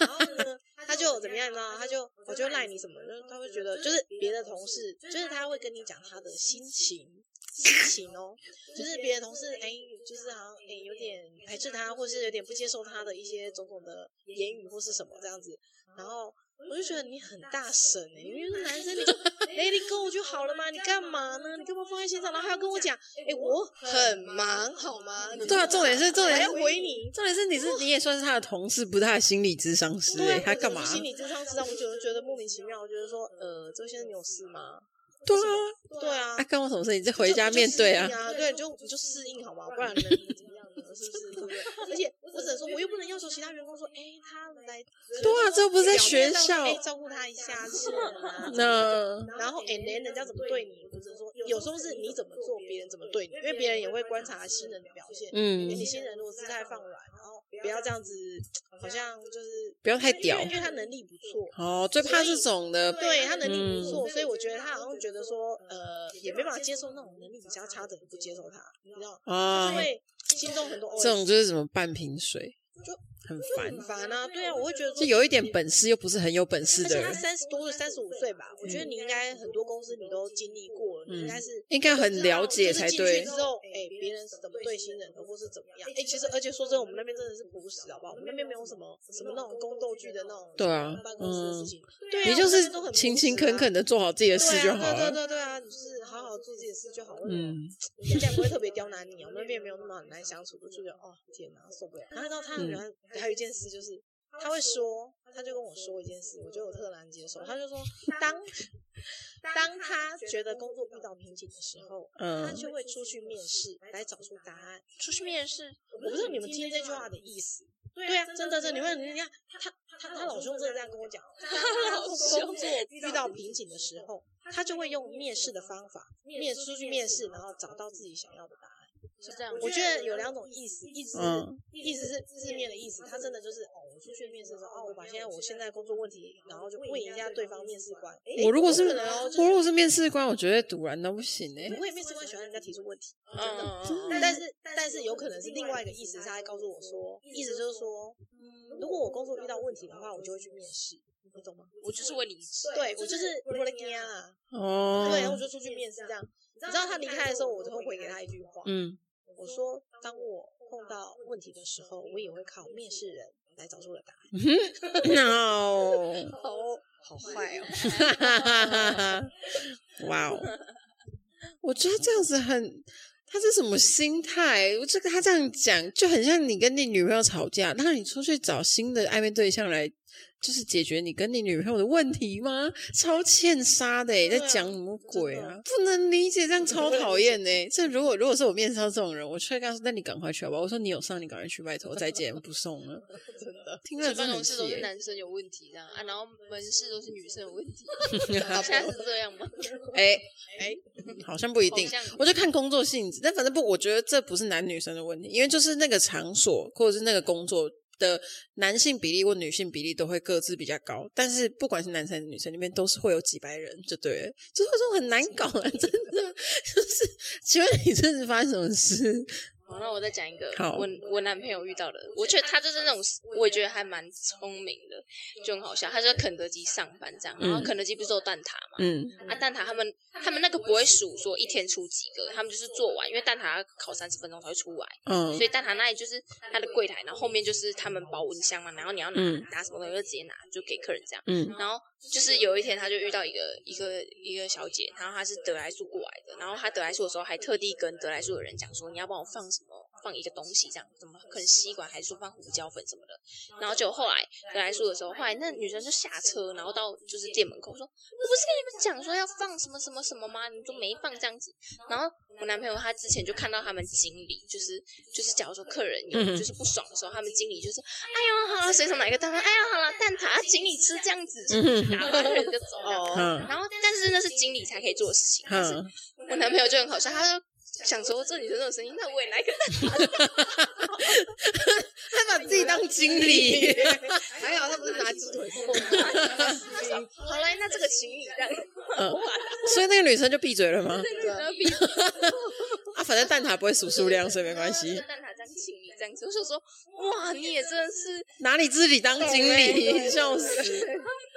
S1: 然后呢，他就怎么样，你知道吗？他就我就赖你什么，就是他会觉得就是别的同事，就是他会跟你讲他的心情。心情哦，就是别的同事哎，就是好像哎有点排斥他，或是有点不接受他的一些种种的言语或是什么这样子，然后我就觉得你很大神哎、因为是男生你就 let it go 就好了嘛，你干嘛呢？你干嘛放在心上？然后还要跟我讲，哎、我很忙好吗？
S3: 对啊，重点是重
S1: 还
S3: 点
S1: 要
S3: 是
S1: 回你，
S3: 重点是你是你也算是他的同事，不是他的心理智商师
S1: 对
S3: 哎，
S1: 啊，
S3: 他
S1: 我怎
S3: 干
S1: 么
S3: 嘛
S1: 去？心理智商知道，我觉得觉得莫名其妙，我觉得说，呃，周先生你有事吗？
S3: 对啊，
S1: 对啊
S3: 他，干我什么事？你再
S1: 就
S3: 回家
S1: 你就
S3: 面对啊
S1: 适应。啊，对，你就你就适应好吗？不然能怎么样呢？是不是？对不对？而 且我只能说，我又不能要求其他员工说，哎，他来，
S3: 对啊，这又不是在学校
S1: 哎，，照顾他一下，是啊。
S3: 那
S1: 然后 and then 人家怎么对你，或者说有时候是你怎么做，别人怎么对你，因为别人也会观察新人的表现。
S3: 嗯
S1: 你新人如果姿态放软，然后不要这样子，好像就是
S3: 不要太
S1: 因
S3: 屌
S1: 为因为他能力不错，
S3: 哦，最怕这种的。
S1: 对他能力
S3: 嗯
S1: 不错，所以我觉得他好像觉得说，呃，也没办法接受那种能力比较差的人不接受他，你知道，
S3: 啊
S1: 因，为心中很多 OS,
S3: 这种就是什么半瓶水，
S1: 就
S3: 很
S1: 很
S3: 烦。
S1: 烦啊，对啊，我会觉得
S3: 就
S1: 说。
S3: 有一点本事又不是很有本事
S1: 而
S3: 的
S1: 且他
S3: 人，
S1: 三十多三十五岁吧，我觉得你应该很多公司你都经历过了，你应该是
S3: 应该很了解才
S1: 就是进
S3: 对
S1: 去之。后，哎、别人是怎么对新人的，或是怎么样？哎、其实而且说真的，我们那边真的是朴实，好不好？我们那边没有什么什么那种宫斗剧的那种
S3: 对啊
S1: 办公室的事情，对啊，
S3: 你就
S1: 我们那
S3: 是
S1: 边都很朴实啊
S3: 勤勤恳恳的做好自己的事就好
S1: 对啊对对
S3: 了。
S1: 对对啊，你就是好好做自己的事就好了。嗯，
S3: 嗯，
S1: 人家也不会特别刁难你啊，我们那边也没有那么很难相处，我就觉得哦天哪，受不了。然后到
S3: 嗯
S1: 他原来、还有一件事就是，他会说，他就跟我说一件事，我觉得我特难接受。他就说，当当他觉得工作遇到瓶颈的时候，他
S3: 嗯，
S1: 就会出去面试来找出答案。
S2: 出去面试，
S1: 我不知道你们听这句话的意思。对啊，真的，真的，你问人家，他他他老兄真的这样跟我讲，当 他做工作遇到瓶颈的时候，他就会用面试的方法，面出去面试，然后找到自己想要的答案。
S2: 是这样吗。
S1: 我觉得有两种意思，一直
S3: 嗯
S1: 意思是字面的意思，他真的就是哦，我出去面试的时候，哦，我把现在我现在工作问题，然后就问一下对方面试官。诶
S3: 我如果
S1: 有
S3: 是
S1: 可能哦，就
S3: 我如果是面试官，我觉得堵然到不行哎、
S1: 是我也面试官喜欢人家提出问题，
S2: 嗯，嗯嗯
S1: 但是但是有可能是另外一个意思，是他在告诉我说，意思就是说，嗯如果我工作遇到问题的话，我就会去面试，你懂吗？
S2: 我就是会离职。
S1: 对我就是我的天啊，
S3: 哦，
S1: 对，然后我就出去面试这样。你知道他离开的时候，我就会回给他一句话，
S3: 嗯，
S1: 我说，当我碰到问题的时候，我也会靠面试人来找出我的答案。
S3: no，
S1: 哦，好坏哦，
S3: 哇哦，我觉得这样子很，他是什么心态？我这个他这样讲，就很像你跟你女朋友吵架，那你出去找新的暧昧对象来，就是解决你跟你女朋友的问题吗？超欠杀的、欸，
S1: 对
S3: 在
S1: 啊
S3: 讲什么鬼啊
S1: 真？
S3: 不能理解，这样超讨厌呢。这如果如果是我面试到这种人，我就会告诉，那你赶快去好不好？我说你有上，你赶快去，拜托，再见，不送了。
S1: 真的。
S3: 听
S2: 所
S3: 了
S2: 以
S3: 真
S2: 办
S3: 的很
S2: 公室都
S3: 气、
S2: 是
S3: 欸。
S2: 男生有问题这样啊，然后门市都是女生有问题，
S3: 啊
S2: 现在是这样吗？
S3: 哎
S1: 哎
S3: 好像不一 定
S2: 好像，
S3: 我就看工作性质。但反正不，我觉得这不是男女生的问题，因为就是那个场所或者是那个工作的男性比例或女性比例都会各自比较高。但是不管是男生还是女生，里面都是会有几百人，就对了，就是说很难搞啊， 真的。就是，请问你这是发生什么事？
S2: 好，那我再讲一个
S3: 好
S2: 我我男朋友遇到的，我觉得他就是那种，我也觉得还蛮聪明的，就很好笑。他就在肯德基上班这样，然后
S3: 嗯
S2: 肯德基不是都有蛋挞嘛？
S3: 嗯，
S2: 啊，蛋挞他们他们那个不会数说一天出几个，他们就是做完，因为蛋挞要烤三十分钟才会出来，
S3: 嗯
S2: 所以蛋挞那里就是他的柜台，然后后面就是他们保温箱嘛，然后你要拿、
S3: 嗯
S2: 拿什么东西就直接拿，就给客人这样。
S3: 嗯
S2: 然后就是有一天，他就遇到一个一个一个小姐，然后她是得来速过来的，然后她得来速的时候还特地跟得来速的人讲说，你要帮我放什么，放一个东西这样，怎么可能吸管还是说放胡椒粉什么的。然后就后来得来速的时候，后来那女生就下车，然后到就是店门口说，我不是跟你们讲说要放什么什么什么吗？你们都没放这样子。然后我男朋友他之前就看到他们经理，就是就是假如说客人有
S3: 嗯
S2: 就是不爽的时候，他们经理就是哎呀好了，随手拿一个蛋挞，哎呀好了蛋挞，请你吃这样子，
S3: 嗯
S2: 打发人就走了。
S1: 哦，
S3: 嗯
S2: 然后但是那是经理才可以做的事情，但是
S3: 嗯，
S2: 我男朋友就很好笑，他就想说这女生这种声音，那我也来一个蛋挞。
S3: 他把自己当经理，
S1: 还好他不是拿鸡腿做的。
S2: 他说 好来，那这个请你这样，
S3: 嗯，所以那个女生就闭嘴了吗？
S2: 然后比
S3: 啊，反正蛋挞嗯 不会数数量，所以没关
S2: 这
S3: 系
S2: 个。蛋挞这样请你这样子，我就说哇，你也真的是
S3: 哪里自己当经理， 笑死！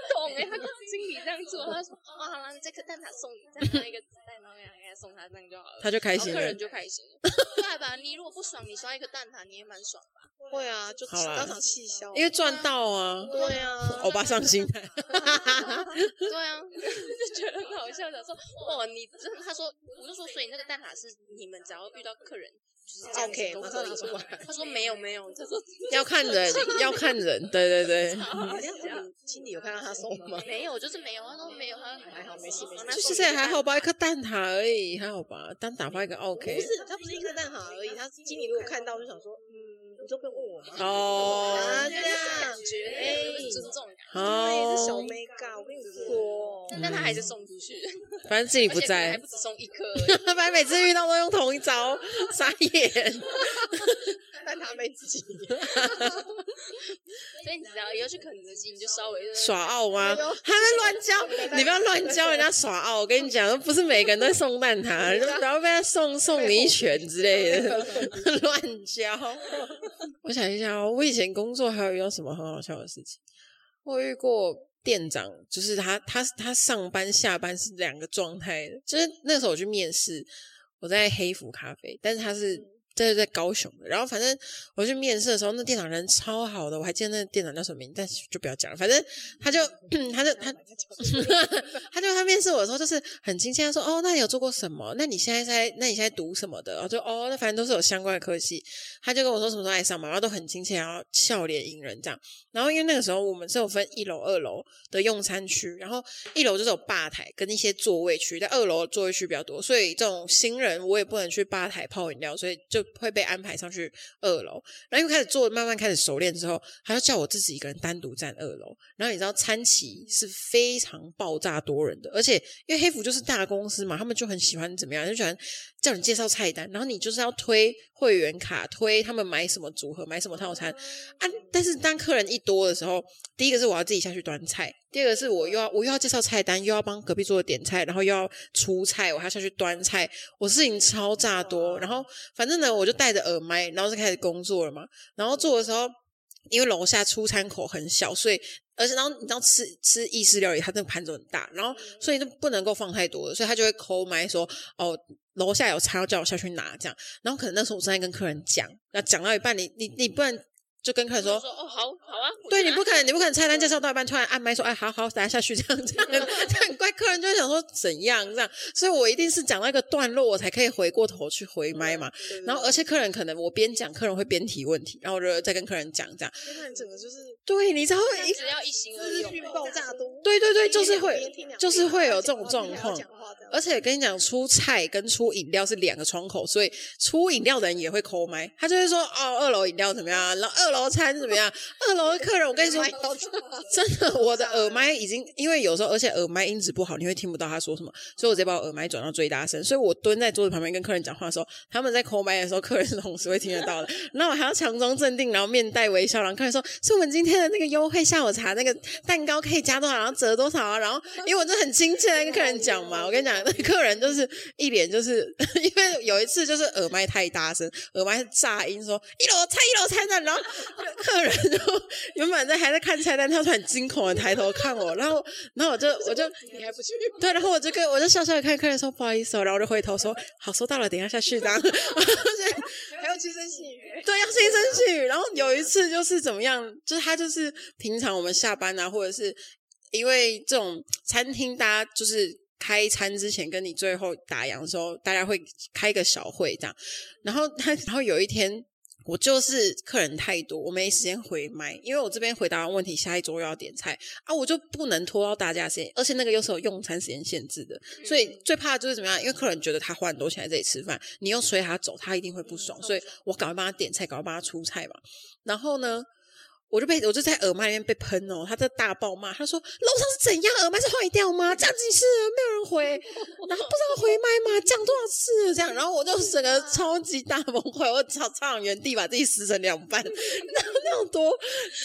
S2: 懂哎，他跟经理这样做，他说哇，好了，这颗蛋挞送你，再拿一个子弹，然后给他送他，这样就好了。
S3: 他就开
S2: 然后
S3: 心
S2: 哦客
S3: 了
S2: 人。就开心了，对吧？你如果不爽，你刷一颗蛋挞，你也蛮爽的。
S1: 会啊，就
S3: 好啦
S1: 当场气消。
S3: 因为赚到啊，
S1: 对 啊，
S3: 欧巴上心态，
S2: 对啊， 就觉得很好笑，想说哇，你真的，他说，我就说，所以那个蛋挞是你们只要遇到客人就是这样
S1: OK，
S2: 子都
S1: 马上
S2: 可以
S1: 拿出
S2: 吗。他说没有没有，他说
S3: 要看人，要看人，对对对，
S1: 你这样子， 经理有看到他送吗？
S2: 没有，就是没有。他说没有，他说
S1: 还好没事没事
S2: 那
S3: 就是
S2: 送
S3: 这
S2: 你
S3: 还好
S2: 蛋
S3: 吧，一颗蛋挞而已，还好吧，单打发一个 OK
S1: 不。是，他不是一颗蛋挞而已，他经理如果看到就想说，嗯，你都不用问我吗？
S3: 哦
S1: 啊
S2: 挞，这样感觉哎，有点尊重感。
S3: 嗯
S1: 对，
S3: 好
S1: 是，哦小 m e 我跟你说，
S2: 但但他还是送出去，
S3: 反正自己
S2: 而
S3: 不
S2: 且可能还
S3: 在
S2: 不，止送一颗而已。
S3: 反正每次遇到都用同一招，傻眼。
S1: 但 他没自 己，
S2: 所以你只要以后去肯德基，你就稍微就是
S3: 耍傲吗？还
S1: 哎呦
S3: 没乱教，你不要乱教人家耍傲。我跟你讲，不是每个人都会送蛋挞，你就不要被他送送你一拳之类的，乱教。我想一下哦，我以前工作还有遇到什么很好笑的事情？我遇过店长，就是他，他他上班下班是两个状态的。就是那时候我去面试，我在黑服咖啡，但是他是在在高雄的。然后反正我去面试的时候，那店长人超好的，我还记得那店长叫什么名，但是就不要讲了。反正他就 他就他 他就他面试我的时候，就是很亲切，他说：“哦，那你有做过什么？那你现在在那你现在读什么的？”然后就哦，那反正都是有相关的科系。他就跟我说什么时候来上班，然后都很亲切，然后笑脸迎人这样。然后因为那个时候我们是有分一楼、二楼的用餐区，然后一楼就是有吧台跟一些座位区，但二楼座位区比较多，所以这种新人我也不能去吧台泡饮料，所以就会被安排上去二楼。然后又开始做，慢慢开始熟练之后，他就叫我自己一个人单独站二楼。然后你知道餐旗是非常爆炸多人的，而且因为黑服就是大公司嘛，他们就很喜欢怎么样，就喜欢叫你介绍菜单，然后你就是要推会员卡，推他们买什么组合，买什么套餐啊。但是当客人一多的时候，第一个是我要自己下去端菜，第二个是我又要我又要介绍菜单，又要帮隔壁桌的点菜，然后又要出菜，我还要下去端菜，我事情超炸多。然后反正呢，我就戴着耳麦，然后就开始工作了嘛。然后做的时候，因为楼下出餐口很小，所以而且然后你知道吃吃意式料理，它那个盘子很大，然后所以就不能够放太多了，所以他就会抠麦说哦。楼下有餐，要叫我下去拿，这样。然后可能那时候我正在跟客人讲，那讲到一半你，你你不然就跟客人说
S2: 我，说哦，好好啊，我
S3: 对，
S2: 拿
S3: 你不可能，你不可能菜单介绍到一半突然按麦说，哎，好好，等下下去这样 这样，这样怪客人就会想说怎样这样，所以我一定是讲到一个段落，我才可以回过头去回麦嘛。然后而且客人可能我边讲，客人会边提问题，然后我就再跟客人讲这样。
S1: 那你整个就是
S3: 对，啊你知道一
S2: 只要一心二
S1: 资
S2: 用
S1: 讯，爆炸多，
S3: 对对对，就是
S1: 一
S3: 会
S1: 边听两边
S3: 就是会有
S1: 然后
S3: 这种状
S1: 还要
S3: 况
S1: 讲。话这样
S3: 而且跟你讲，出菜跟出饮料是两个窗口，所以出饮料的人也会抠麦，他就会说哦，二楼饮料怎么样，然后二楼餐怎么样，二楼的客人，我跟你说，真的，我的耳麦已经因为有时候，而且耳麦音质不好，你会听不到他说什么，所以我直接把我耳麦转到最大声，所以我蹲在桌子旁边跟客人讲话的时候，他们在抠麦的时候，客人是同时会听得到的。然后我还要强装镇定，然后面带微笑，然后客人说：“是我们今天的那个优惠下午茶，那个蛋糕可以加多少，然后折多少啊？”然后因为我就很亲切的跟客人讲嘛，我跟你讲，那个客人就是一脸就是 因为有一次就是耳麦太大声，耳麦是炸音说一楼菜一楼菜呢，然后客人就原本在还在看菜单，他突然惊恐的抬头看我，然后然后我就我就
S1: 你还不去，
S3: 对，然后我就跟我就笑笑的看客人说不好意思、哦，然后我就回头说好收到了，等一下下去这样。
S1: 还要去声细语，
S3: 对，要轻声细语。然后有一次就是怎么样，就是他就是平常我们下班啊，或者是因为这种餐厅，大家就是开餐之前跟你最后打烊的时候，大家会开个小会这样。然后他，然后有一天。我就是客人太多，我没时间回麦，因为我这边回答完问题，下一桌又要点菜啊，我就不能拖到大家时间，而且那个又是有用餐时间限制的，所以最怕的就是怎么样？因为客人觉得他花很多钱来这里吃饭，你又催他走，他一定会不爽，所以我赶快帮他点菜，赶快帮他出菜嘛。然后呢，我就被我就在耳麦那边被喷哦，他在大爆骂，他说楼上是怎样，耳麦是坏掉吗？这样子是 没有人回，然后不知道回麦吗？讲多少次了这样，然后我就整个超级大崩溃，我操，场原地把自己撕成两半， 然后那种多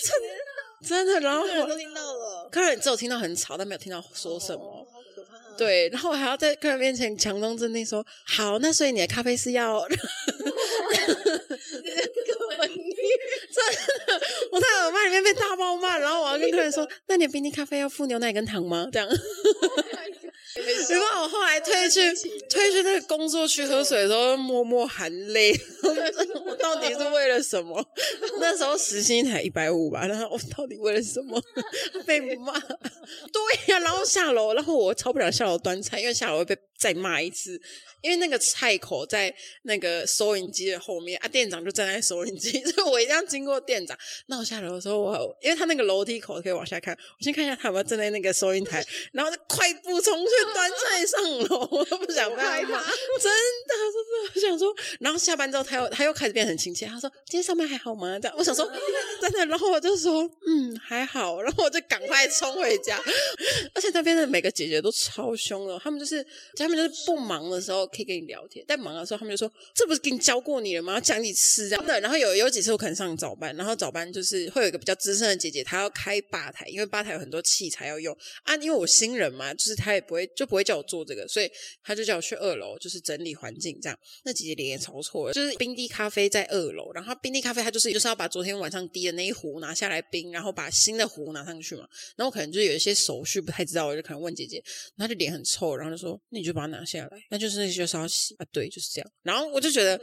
S3: 真的真的，然 后
S1: 客人啊都
S3: 我
S1: 听到了，
S3: 客人只有听到很吵，但没有听到说什么
S1: 哦。好可怕啊，
S3: 对，然后我还要在客人面前强装镇定说：“好，那所以你的咖啡是要……”真的，我在耳麦里面被大爆骂，然后我要跟客人说：“那你的冰滴咖啡要附牛奶跟糖吗？”这样。结果我后来退去退去那个工作区喝水的时候，默默含泪，我到底是为了什么？那时候时薪才一百五吧，然后我到底为了什么被骂？对呀、然后下楼，然后我超不想下楼端菜，因为下楼会被再骂一次，因为那个菜口在那个收银机的后面啊，店长就站在收银机，所以我一定要经过店长。那我下楼的时候，我因为他那个楼梯口可以往下看，我先看一下他有没有站在那个收银台， 然后就快步冲去端菜上楼，我都不想被 他骂，真的，真的，我想说，然后下班之后，他又他又开始变得很亲切，他说今天上班还好吗？这样，我想说 真的，然后我就说嗯还好，然后我就赶快冲回家，而且那边的每个姐姐都超凶的，他们就是他们就是不忙的时候可以跟你聊天，但忙的时候他们就说这不是跟你教过你了吗？讲你吃这样的。然后有有几次我可能上早班，然后早班就是会有一个比较资深的姐姐，她要开吧台，因为吧台有很多器材要用啊，因为我新人嘛，就是她也不会就不会教。叫我做这个，所以他就叫我去二楼，就是整理环境这样。那姐姐脸也超臭的，就是冰滴咖啡在二楼，然后冰滴咖啡它就是就是要把昨天晚上滴的那一壶拿下来冰，然后把新的壶拿上去嘛。然后可能就是有一些手续不太知道，我就可能问姐姐，她就脸很臭，然后就说那你就把它拿下来，那就是那就是要洗啊，对，就是这样。然后我就觉得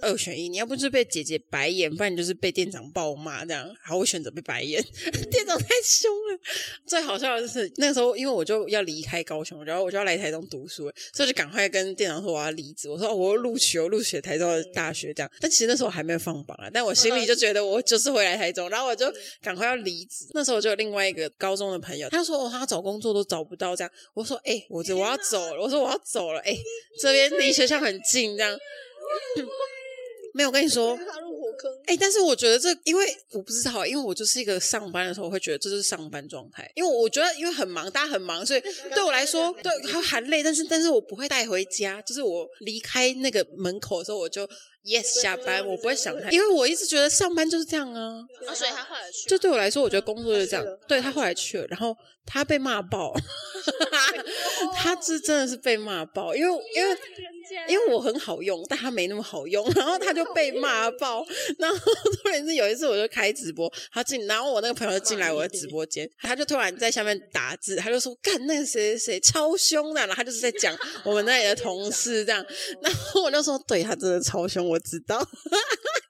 S3: 二选一，你要不就是被姐姐白眼，不然你就是被店长暴骂这样。好，我选择被白眼，店长太凶了。 最好笑的是那个时候，因为我就要离开高雄，然后我就要来台中读书了，所以我就赶快跟店长说我要离职，我说、哦、我要录取，我录取台中的大学这样。但其实那时候还没有放榜啊，但我心里就觉得我就是回来台中，然后我就赶快要离职。那时候我就有另外一个高中的朋友，他说哦他找工作都找不到这样，我说哎、我这我要走了，我说我要走了，哎、这边离学校很近这样。 没有，我跟你说，
S1: 踏入火坑。
S3: 哎、但是我觉得这，因为我不知道，啊因为我就是一个上班的时候会觉得这就是上班状态，因为我觉得因为很忙，大家很忙，所以对我来说，对还含泪，但是但是我不会带回家，就是我离开那个门口的时候，我就 yes 下班，我不会想太，因为我一直觉得上班就是这样啊，
S2: 啊，所以他后来去
S3: 就对我来说，我觉得工作就是这样
S1: 他去了。
S3: 对他后来去了，然后他被骂爆，他是真的是被骂爆，因为因为因为我很好用，但他没那么好用，然后他就被骂爆。然后突然是有一次，我就开直播，他进，然后我那个朋友进来我的直播间，他就突然在下面打字，他就说：“干那个谁谁谁超凶的。”然后他就是在讲我们那里的同事这样，然后我就说：“对他真的超凶，我知道。”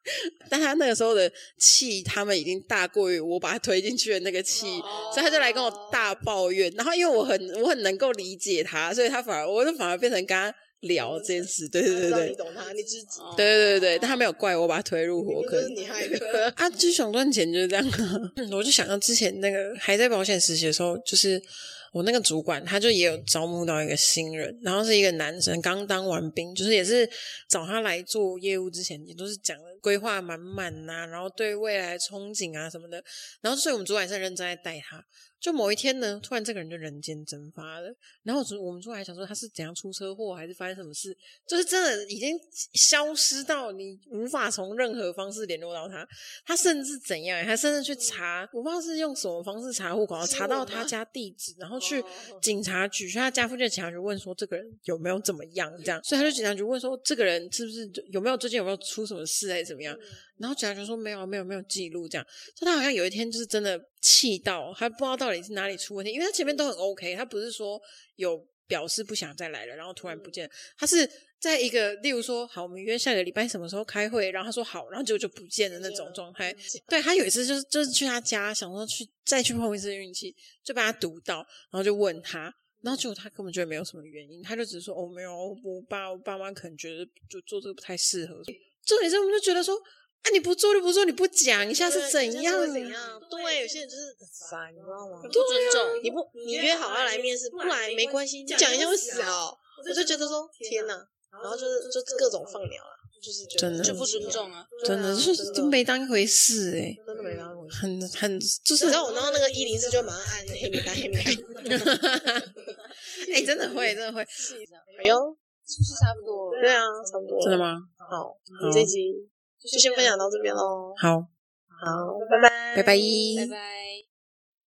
S3: 但他那个时候的气，他们已经大过于我把他推进去的那个气，所以他就来跟我大抱怨。然后因为我很我很能够理解他，所以他反而我就反而变成跟他聊这件事。对对对
S1: 知道
S3: 对
S1: 你，懂他，你知己，
S3: 对啊对对对，但他没有怪我把他推入火
S1: 这哦是
S3: 坑。
S1: 你害的。
S3: 啊，就是想赚钱就是这样、啊。 嗯我就想到之前那个还在保险实习的时候，就是我那个主管，他就也有招募到一个新人，然后是一个男生，刚当完兵，就是也是找他来做业务之前，也都是讲的规划满满呐、然后对未来憧憬啊什么的。然后所以我们主管也是很认真在带他。就某一天呢，突然这个人就人间蒸发了。然后我主我们主管还想说他是怎样出车祸，还是发生什么事，就是真的已经消失到你无法从任何方式联络到他。他甚至怎样，欸他甚至去查，我不知道是用什么方式查户口，查到他家地址，然后去警察局，去他家附近的警察局问说这个人有没有怎么样这样。所以他去警察局问说这个人是不是就有没有最近有没有出什么事还是怎么样？然后警察局说没有啊没有没有记录这样。所以他好像有一天就是真的气到，他不知道到底是哪里出问题，因为他前面都很 OK，他不是说有表示不想再来了，然后突然不见了，他是在一个例如说好，我们约下个礼拜什么时候开会，然后他说好，然后结果就不见嗯的那种状态。
S1: 嗯
S3: 对他有一次就是就是去他家，想说去再去碰一次运气，就被他读到，然后就问他。然后结果他根本就没有什么原因，他就只是说哦没有，我爸我爸妈可能觉得就做这个不太适合。重点是我们就觉得说啊你不做就不做，你不讲一下是怎样啊？
S1: 怎样？对，有些人就是很烦，你知道吗？
S2: 不尊重，
S1: 你不，你约好要来面试，不来没关系，你讲一下会死哦。我就觉得说，天哪！然后就是就各种放鸟啊，就是觉得
S3: 真的
S2: 就不尊重啊。
S3: 真的就是都没当一回事哎、
S1: 真的没当回事。
S3: 很很就
S1: 嗯
S3: 是
S1: 你知道我拿到 那个一零四就马上按黑名单，黑名单。
S3: 哎、真的会真的会
S1: 哎呦，
S2: 是不是差不多？
S1: 对啊，差不多。
S3: 真的？吗？
S1: 好，我
S3: 嗯
S1: 们这集就先分享到这边喽。
S3: 好，
S1: 好，拜拜，
S3: 拜拜
S2: 拜拜。